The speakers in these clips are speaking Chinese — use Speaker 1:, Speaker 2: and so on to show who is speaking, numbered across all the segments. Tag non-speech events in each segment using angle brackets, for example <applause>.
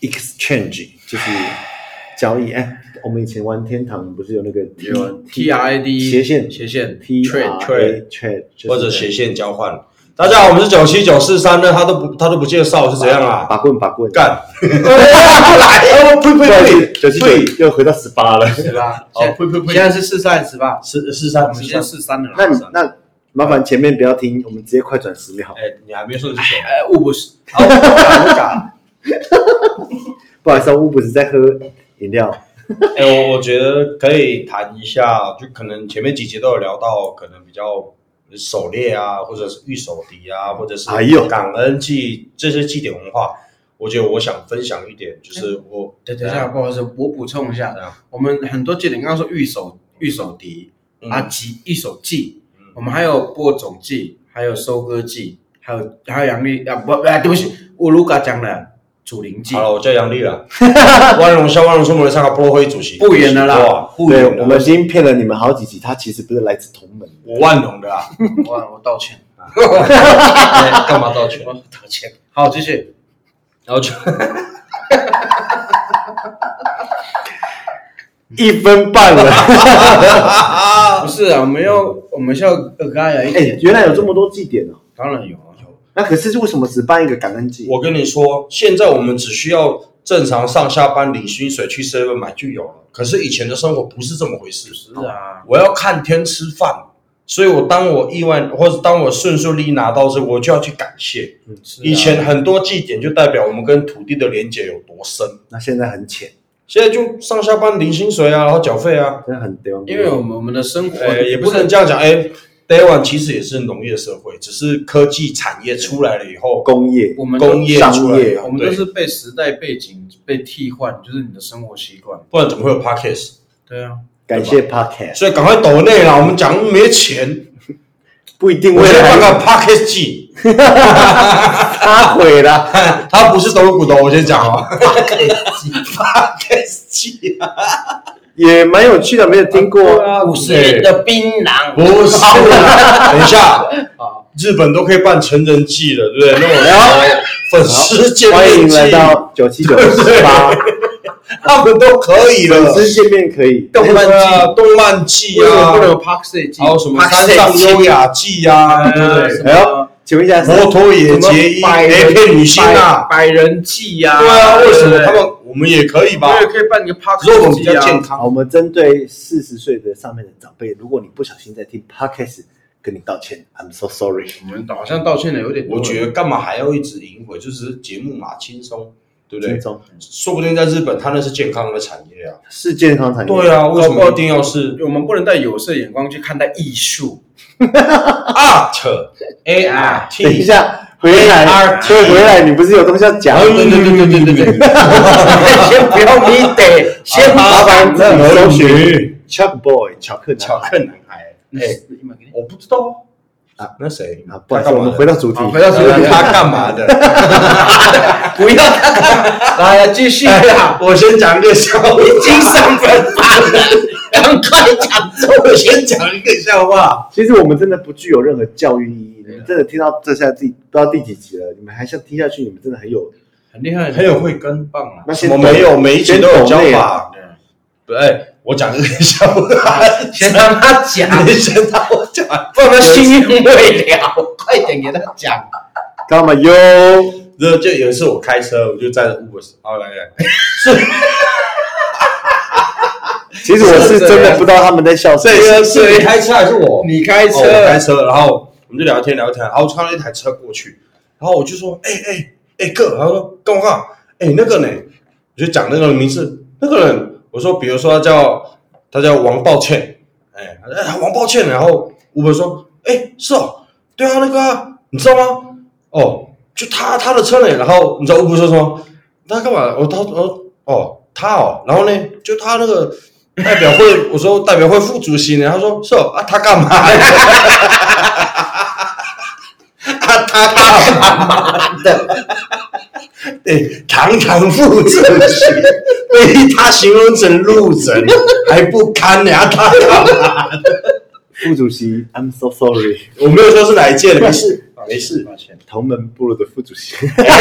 Speaker 1: exchange 就是交易。哎，我们以前玩天堂不是有那个 T
Speaker 2: 有 T R I D
Speaker 1: 斜线
Speaker 2: 斜线
Speaker 1: T
Speaker 2: trade
Speaker 1: R A
Speaker 2: trade
Speaker 1: trade 就是
Speaker 3: 或者斜线交换。大家好，我们是九七九四三呢，他都不他都不介绍是怎样啊？
Speaker 1: 拔棍拔棍。
Speaker 3: 干，来，哦，呸呸
Speaker 1: 九七
Speaker 3: 呸，
Speaker 1: 九又回到十八了。
Speaker 2: 对吧？
Speaker 3: 哦呸呸
Speaker 2: 现
Speaker 3: 呸，
Speaker 2: 在是四三十吧？
Speaker 3: 四四三
Speaker 2: 我们
Speaker 3: 四
Speaker 2: 现在
Speaker 3: 三，
Speaker 2: 四三了啦。
Speaker 1: <laughs> 那你
Speaker 2: 43
Speaker 1: 那麻烦前面不要听，我们直接快转十秒。
Speaker 3: 哎，你还没说你是谁？
Speaker 2: 哎，我不是，啊我不敢我不敢。
Speaker 1: 不好意思，乌不是在喝饮料。
Speaker 3: 哎、我我觉得可以谈一下，就可能前面几集都有聊到，可能比较狩猎啊，或者是御手敌啊，或者是
Speaker 1: 哎呦
Speaker 3: 感恩祭这些祭典文化。我觉得我想分享一点，就是我
Speaker 2: 对，等一下，不好意思，我补充一下
Speaker 3: 对啊，
Speaker 2: 我们很多祭典，刚刚说御手御手笛
Speaker 3: 嗯
Speaker 2: 啊，及御手祭
Speaker 3: 嗯，
Speaker 2: 我们还有播种祭，还有收割祭，还有还有杨丽啊，不，啊，对不起，我卢卡讲了祖灵祭
Speaker 3: 好，了，我叫杨丽了，万荣校万荣书门的上个波会主席，
Speaker 2: 不远了
Speaker 3: 哇
Speaker 2: 啦，不
Speaker 1: 对，
Speaker 2: 远了，
Speaker 1: 我们已经骗了你们好几集，他其实不是来自同门。
Speaker 3: 我万荣的啊，
Speaker 2: 我我道歉，
Speaker 3: 哎干嘛道歉？
Speaker 2: <laughs> 我道歉。好，继续。<laughs>
Speaker 3: 然后就
Speaker 1: 一分半 <laughs> 了。
Speaker 2: 不是啊，我们要我们是要呃跟他有一
Speaker 1: 哎
Speaker 2: 点，，
Speaker 1: 原来有这么多祭典哦。
Speaker 2: 当然有啊，有
Speaker 1: 那可是为什么只办一个感恩祭？
Speaker 3: 我跟你说，现在我们只需要正常上下班领薪水去 seven 买就有了。可是以前的生活不是这么回事，
Speaker 2: 是啊，
Speaker 3: 我要看天吃饭，所以我当我意外或者当我顺顺利利拿到这，我就要去感谢。
Speaker 2: 是啊
Speaker 3: 以前很多祭典就代表我们跟土地的连结有多深，
Speaker 1: 那现在很浅，
Speaker 3: 现在就上下班领薪水啊，然后缴费啊，
Speaker 1: 现在很丢。
Speaker 2: 因为我们我们的生活
Speaker 3: 呃，也不能这样讲，哎。台湾其实也是农业社会，只是科技产业出来了以后，
Speaker 1: 工业
Speaker 2: 我们
Speaker 3: 工业出来了以
Speaker 1: 商
Speaker 3: 后，
Speaker 2: 我们
Speaker 3: 对
Speaker 2: 都是被时代背景被替换，就是你的生活习惯。
Speaker 3: 不然怎么会有 podcast？
Speaker 2: 对啊，
Speaker 1: 感谢 Podcast，
Speaker 3: 所以赶快抖内啦！我们讲没钱，
Speaker 1: 不一定
Speaker 3: 我
Speaker 1: 为
Speaker 3: 先办
Speaker 1: 了
Speaker 3: 个 podcast 季，
Speaker 1: 他毁了。
Speaker 3: <laughs> 他不是抖骨头，我先讲哦。podcast 季啊，
Speaker 1: 也蛮有趣的，没有听过。
Speaker 2: 五十年的槟榔，啊
Speaker 3: 不是啊，等一
Speaker 2: <laughs>
Speaker 3: 下
Speaker 2: 好，
Speaker 3: 日本都可以办成人季了，对不对？那我
Speaker 1: 然后
Speaker 3: 粉丝见
Speaker 1: 欢
Speaker 3: 面
Speaker 1: 迎
Speaker 3: 季，
Speaker 1: 来到九七九四八
Speaker 3: <laughs> 他们都可以了
Speaker 1: 粉。丝见面可以。
Speaker 2: 动漫
Speaker 3: 对啊
Speaker 2: 季，
Speaker 3: 动漫季
Speaker 2: 为什么
Speaker 3: 啊
Speaker 2: 不，能有啊 Park City？
Speaker 3: 还有什么山
Speaker 2: Park
Speaker 3: 上
Speaker 2: City
Speaker 3: 优雅季啊，对
Speaker 2: <laughs>
Speaker 3: 不对？
Speaker 1: 哎呦，请问一下，
Speaker 3: 摩托野结衣、
Speaker 2: 百人
Speaker 3: A 片女星啊，
Speaker 2: 百人季呀？
Speaker 3: 对啊，为什么他
Speaker 2: 对
Speaker 3: 们我们也可以吧？
Speaker 2: 对可以办一个 Park
Speaker 3: 如果我
Speaker 2: City
Speaker 3: 们比较健
Speaker 2: 啊？
Speaker 3: 康
Speaker 1: 好，。我们针对四十岁的上面的长辈，如果你不小心在听 podcast，跟你道歉，I'm so sorry。
Speaker 2: 我们好像道歉的有点多
Speaker 3: 我
Speaker 2: 了，
Speaker 3: 觉得干嘛还要一直赢回？就只是节目嘛，轻松，对不对
Speaker 1: 轻？松，
Speaker 3: 说不定在日本，它那是健康的产业啊。
Speaker 1: 是健康产业。
Speaker 3: 对啊，为什
Speaker 2: 搞不
Speaker 3: 么
Speaker 2: 好
Speaker 3: 一定要
Speaker 2: <laughs>
Speaker 3: 是
Speaker 2: 我们不能带有色眼光去看待艺术。
Speaker 3: art 啊 a r
Speaker 1: 等一
Speaker 3: t？
Speaker 1: 下回来，
Speaker 3: ART
Speaker 1: 所以回来，你不是有东西要讲？
Speaker 3: 对
Speaker 1: <laughs>
Speaker 3: 对对对对对对，
Speaker 2: 先不要你得，
Speaker 1: 先哎麻烦自己搜
Speaker 3: 哎
Speaker 1: 寻
Speaker 3: 女
Speaker 1: Chuck Boy 巧克力
Speaker 3: 巧克力男孩。哎，我不知道啊，那谁
Speaker 1: 啊，不好意思，我们回
Speaker 3: 到
Speaker 1: 到主题。
Speaker 2: 好回到主题
Speaker 3: 他干嘛的？ <laughs>
Speaker 2: 不要看看，来啊继续啦，
Speaker 3: 啊我先讲一个笑话，
Speaker 2: 已经三分半了，赶快讲中
Speaker 3: <laughs> 我先讲一个笑话。
Speaker 1: 其实我们真的不具有任何教育意义。你们真的听到这下第不知道第几集了，你们还想听下去？你们真的很有
Speaker 2: 很厉害，
Speaker 3: 很有慧根
Speaker 2: 棒啊！
Speaker 1: 那
Speaker 3: 什
Speaker 1: 先
Speaker 3: 么没有？每一集都有
Speaker 1: 先
Speaker 3: 教
Speaker 1: 抖内啊
Speaker 3: 法。对，我 <laughs> 讲一个笑话，
Speaker 2: <laughs> 先让他 <laughs> 讲，
Speaker 3: 你先让我讲。
Speaker 2: 不然心愿未了，快点给他讲。
Speaker 1: 干嘛哟？
Speaker 3: 然后就有一次我开车，我就在 Uber 上哦来来，
Speaker 1: 其实我是真的不知道他们在笑什么。
Speaker 3: 是哎啊是你开车还是我？
Speaker 2: 你开
Speaker 3: 哦我开车，然后我们就聊天聊天，然后穿了一台车过去，然后我就说，哎哎哎哥，他说跟我看，哎那个呢，我就讲那个人名字，那个人，我说比如说他叫他叫王抱歉，哎他说哎王抱歉，然后 Uber 说，哎是哦，对啊那个啊你知道吗？哦，就他他的车呢，然后你知道 Uber 说什么？他干嘛？我他哦哦他哦，然后呢就他那个。代表会，我说代表会副主席呢，他说是哦啊，他干嘛？ <laughs> 啊，他干嘛的？对，堂堂副 <laughs> 主席被他形容成路人，还不堪呢、啊？他干嘛？
Speaker 1: 副主席，I'm so sorry。
Speaker 3: 我没有说是哪一届的，没事，没事。
Speaker 2: 抱歉，
Speaker 1: 同门部落的副主席，
Speaker 3: 哎，真的是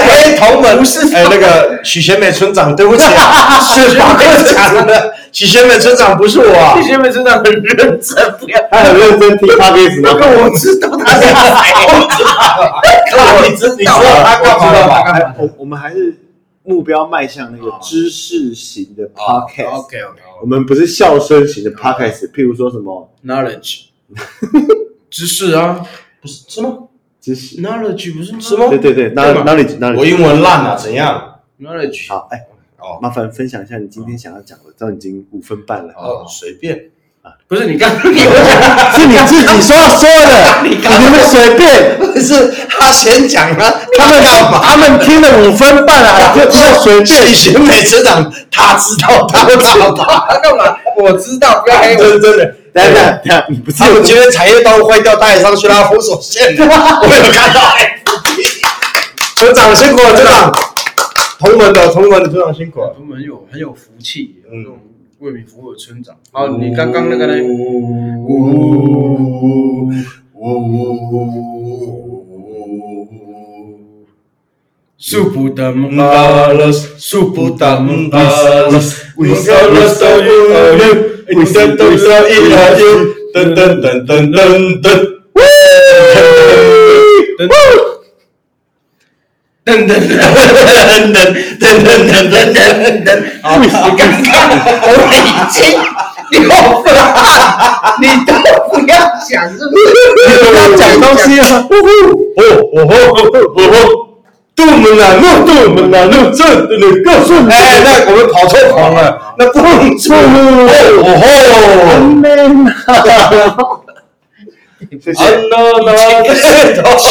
Speaker 3: 哎，同门不是哎，那个许贤美村长，对不起，啊 <laughs> 是八哥讲的，许贤美村长不是我啊，
Speaker 2: 前面真的很认真，不要。
Speaker 1: 他很认真听 podcast <laughs>
Speaker 2: 那
Speaker 1: 吗？
Speaker 2: <laughs> 个我知道他是谁，我知道，靠，你知
Speaker 3: 你啊知道他干嘛了
Speaker 2: 吧
Speaker 3: 吗？
Speaker 1: 哎，我我们还是目标迈向那个知识型的 podcast，、
Speaker 2: OK OK
Speaker 1: 我们不是笑声型的 podcast，、譬如说什么
Speaker 2: knowledge，知识啊
Speaker 3: 不是是吗？
Speaker 1: 知识，
Speaker 2: ，knowledge 不是吗？
Speaker 3: 是吗
Speaker 1: 对对对，那
Speaker 3: 对吧
Speaker 1: 那里那
Speaker 3: 我
Speaker 1: 里
Speaker 3: 英文烂啊，怎样？
Speaker 2: knowledge
Speaker 1: 好，哎，
Speaker 3: 哦
Speaker 1: 麻烦分享一下你今天想要讲的，这已经五分半了，
Speaker 3: 哦，随便， <laughs>
Speaker 2: 不是你刚刚你
Speaker 1: <laughs>
Speaker 2: 我
Speaker 1: 是你自己说说的，
Speaker 2: 你刚
Speaker 1: 们随便。
Speaker 3: <laughs> 是他先 <laughs> 讲啊，
Speaker 1: 他们
Speaker 3: 干嘛？
Speaker 1: 他们听了五分半
Speaker 3: 哎
Speaker 1: 啊，就就随
Speaker 3: 许
Speaker 1: 便。
Speaker 3: 贤美村长，他知道他干 <laughs> 嘛？
Speaker 2: 他干嘛？ <laughs> 我知道，不要黑
Speaker 3: 真
Speaker 2: 我。
Speaker 3: 的真的，
Speaker 1: 等一下等一下，你不是
Speaker 3: 他
Speaker 1: 有
Speaker 3: 们觉得产业道路坏掉，他也上去拉封锁线的，我有看到。哎村长辛苦了，村啊长，同门的同门的村长辛苦了。
Speaker 2: 我们很有很有福气，有
Speaker 3: 嗯
Speaker 2: 那种为民服务的村长。然后你刚刚那个呢？
Speaker 3: 呜呜。
Speaker 2: 树不的吗？
Speaker 3: Balas,
Speaker 2: 树不的
Speaker 3: balas, we shall last of you, we shall do so in a you. 噔噔噔噔噔噔，
Speaker 2: 噔噔噔噔
Speaker 3: 噔噔噔噔噔噔噔。
Speaker 2: 啊！你刚刚我们已经六分了，你都不要讲是不是？
Speaker 1: 你不要讲东西啊了吗？
Speaker 3: 哦哦哦哦哦！杜门南路，杜门南路，这里告诉你，哎，那我们跑错房了，那不能错哦哦吼！
Speaker 1: 谢
Speaker 3: 安
Speaker 1: 谢。
Speaker 3: 娜娜的引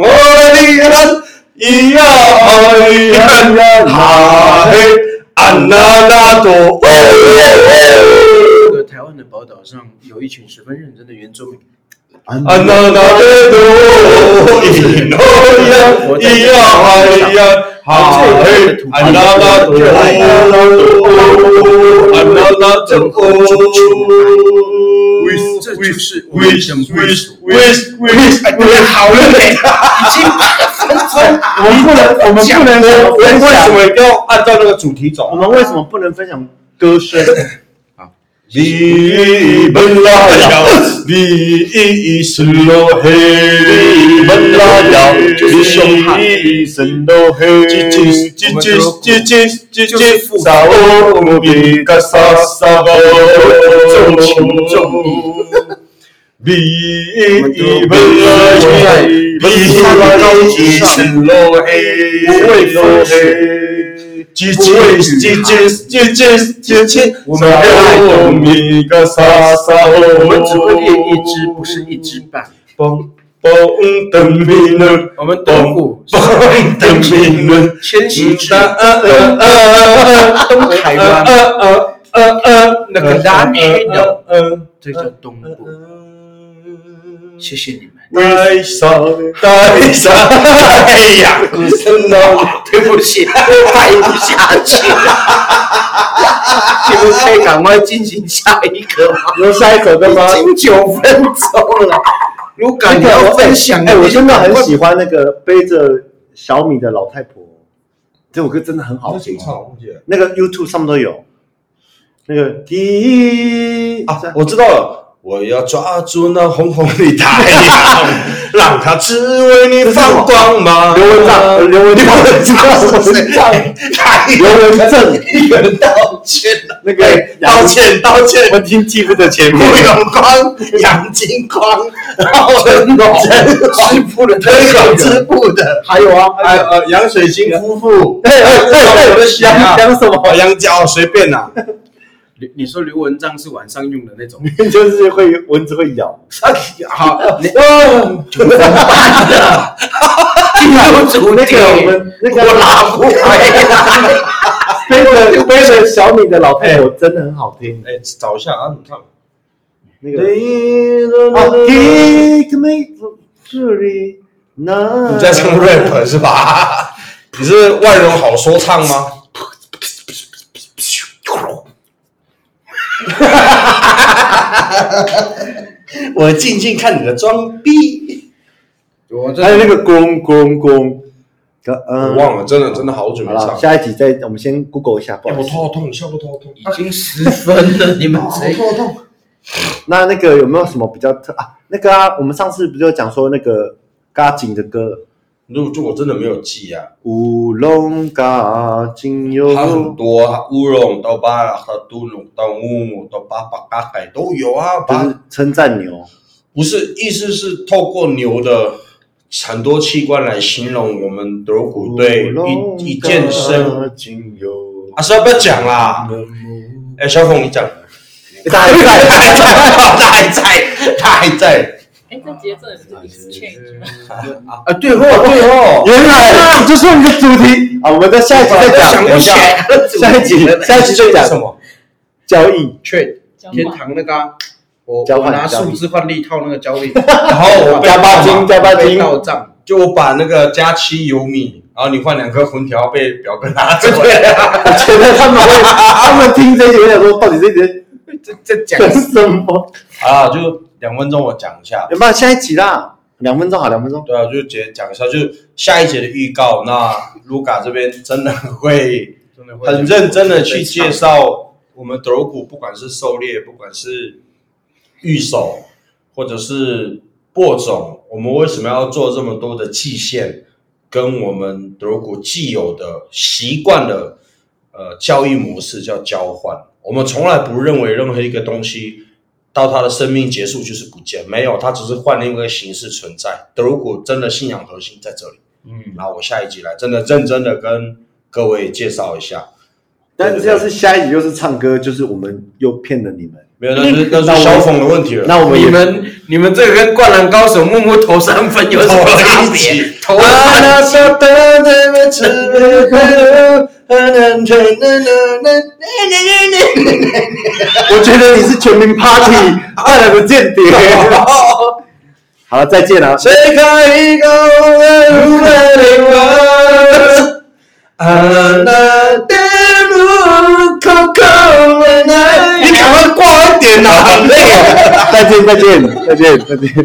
Speaker 3: 我的人，咿呀咿呀哈嘿，安娜娜朵。
Speaker 2: 这个台湾的宝岛上有一群十分认真的原住民，
Speaker 3: 安娜娜的朵，咿呀咿呀哈呀哈嘿，安娜娜朵，安娜娜朵。
Speaker 2: 这就是我们
Speaker 3: wish
Speaker 2: 的民
Speaker 3: wish wish wish，好了没？
Speaker 1: 我们不能，我们不能
Speaker 3: 我
Speaker 1: 分
Speaker 3: 们为什
Speaker 1: 享，
Speaker 3: 么要按照那个主题
Speaker 1: 我
Speaker 3: 走？
Speaker 1: 们为什么不能分享歌声？
Speaker 3: 你们拉摇，你是罗黑，你们拉摇，
Speaker 2: 就是凶悍
Speaker 3: 你是罗黑，叽叽叽叽叽叽叽叽，萨乌比嘎萨萨乌，
Speaker 2: 重情重义。
Speaker 3: 你们拉摇，你是罗黑，不会罗黑。叽叽叽叽叽叽叽，我们还有米个沙沙哦，
Speaker 2: 我们只会练一支，不是一支半。
Speaker 3: 嘣嘣的米呢，
Speaker 2: 我们东部
Speaker 3: 嘣的米呢，
Speaker 2: 千禧之
Speaker 3: 啊啊啊啊
Speaker 2: 东台湾，
Speaker 3: 啊啊啊，那个拉米的，嗯，
Speaker 2: 这叫东部。谢谢你们，
Speaker 3: 带上带上，哎呀，歌声啊，
Speaker 2: 对不起，拍不下去了。你们可以赶快进行下一个吗？
Speaker 1: 有下一首歌吗？
Speaker 2: 已经九分钟了，如果你
Speaker 1: 我
Speaker 2: 要分享，
Speaker 1: 哎，我真的很喜欢那个背着小米的老太婆，这首歌真的很好听。那个 YouTube 上面都有，那个滴
Speaker 3: 啊，我知道了，我要抓住那红红的太阳，让它只为你放光芒。
Speaker 1: 刘文正，刘文正，刘文正，
Speaker 3: 太
Speaker 1: 刘文正，
Speaker 3: 远道歉了，
Speaker 1: 那个
Speaker 3: 道歉道歉，
Speaker 1: 我听记不得前
Speaker 3: 顾
Speaker 1: 面。
Speaker 3: 永光、杨金光，然后
Speaker 2: 真的
Speaker 3: 支部的推广支部的，
Speaker 1: 还有啊，
Speaker 3: 还有呃杨水晶夫妇，
Speaker 1: 哎哎哎哎，讲讲什么？
Speaker 3: 哦杨娇随便啦，
Speaker 2: 你你说刘文章是晚上用的那 <laughs> 种，
Speaker 1: 就是会蚊子会咬。
Speaker 2: 好，你
Speaker 3: 哦，
Speaker 1: <laughs>
Speaker 2: 有主
Speaker 1: 那
Speaker 2: 题，
Speaker 1: 个我们那
Speaker 3: 我
Speaker 1: 个
Speaker 3: 拉不回来。
Speaker 1: 背着背着小米的老太婆真的很好听。
Speaker 3: 哎，找一下啊，你看。
Speaker 1: 那个哦，Take me to 这里，那
Speaker 3: 你在唱 rap 是吧？你是外容好说唱吗？我静静看你的装逼。
Speaker 2: 我这
Speaker 1: 还有那个公公公，
Speaker 3: 我
Speaker 1: 嗯，
Speaker 3: 忘了，真的真的好久
Speaker 1: 好
Speaker 3: 没
Speaker 1: 了，
Speaker 3: 唱。
Speaker 1: 下一集再我们先 Google 一下，不
Speaker 3: 哎，
Speaker 1: 好
Speaker 3: 我
Speaker 1: 意思
Speaker 3: 头好痛，笑都头好痛。
Speaker 2: 已经十分了，你们谁？
Speaker 3: 头好痛。
Speaker 1: 那那个有没有什么比较特啊？那个啊，我们上次不就讲说那个嘎紧的歌，
Speaker 3: 如果就我真的没有记啊，
Speaker 1: 乌龙嘎紧哟，
Speaker 3: 它很多，它乌龙到巴拉，它杜龙到乌姆到巴巴嘎凯都有啊。
Speaker 1: 就
Speaker 3: 巴
Speaker 1: 是称赞牛，
Speaker 3: 不是，意思是透过牛的很多器官来形容我们德国
Speaker 1: 乌
Speaker 3: 鼓队
Speaker 1: 龙
Speaker 3: 一一健身。
Speaker 1: 嘎紧哟，
Speaker 3: 啊，是要不要讲啦？哎，小凤，你讲。
Speaker 1: 哎大家
Speaker 3: 他
Speaker 1: 在
Speaker 3: 还在，他还在，他还在。
Speaker 4: 哎，这节奏也是 exchange 吗。
Speaker 2: 啊，对货对货，
Speaker 1: 哦原来这是我们的主题啊！我们在下一集再讲，
Speaker 2: 想不起来他的主题
Speaker 1: 下一集
Speaker 2: 了
Speaker 1: 下一集就讲
Speaker 3: 什么？
Speaker 1: 交易，
Speaker 2: trade
Speaker 4: 交
Speaker 2: 天
Speaker 4: 换
Speaker 2: 堂那个啊，我
Speaker 1: 交
Speaker 2: 我
Speaker 1: 换
Speaker 2: 拿
Speaker 1: 交易
Speaker 2: 数字换利套那个交易，
Speaker 3: 然后我被
Speaker 1: 加八斤，加八
Speaker 2: 被
Speaker 1: 斤，
Speaker 2: 到账，
Speaker 3: 就我把那个加七油米，然后你换两颗红条被表哥拿走 <laughs> 了。
Speaker 1: 我觉得他们会，他们听这些，想说到底这些
Speaker 2: 这这讲
Speaker 1: 讲什么？
Speaker 3: 啊，就两分钟我讲一下。
Speaker 1: 有没有下一集啦？两分钟好，两分钟。
Speaker 3: 对啊，就直接讲一下，就是下一节的预告。那卢卡这边真的会
Speaker 2: 真的会
Speaker 3: 很认真的去介绍我们德古，不管是狩猎，不管是御手，或者是播种，我们为什么要做这么多的季限，跟我们德古既有的习惯的呃交易模式叫交换。我们从来不认为任何一个东西到它的生命结束就是不见，没有，它只是换另一个形式存在。德古真的信仰核心在这里。
Speaker 2: 嗯，
Speaker 3: 然后我下一集来真的认真的跟各位介绍一下。
Speaker 1: 但是要是下一集又是唱歌，就是我们又骗了你们。
Speaker 3: 没有，那是那是消防的问题了。
Speaker 1: 那我们
Speaker 2: 你
Speaker 1: 也
Speaker 2: 们你们这个跟灌篮高手默默投三分有什么差别？投三分
Speaker 1: 我觉得你是全民 Party <laughs> 爱尔的间 <laughs> 谍。好了，再见啊了。
Speaker 3: 谁开一个无人灵魂？啊那的路口口为难。你赶快挂一点呐、啊，很累。
Speaker 1: Tá 再见，再见，再见，再见。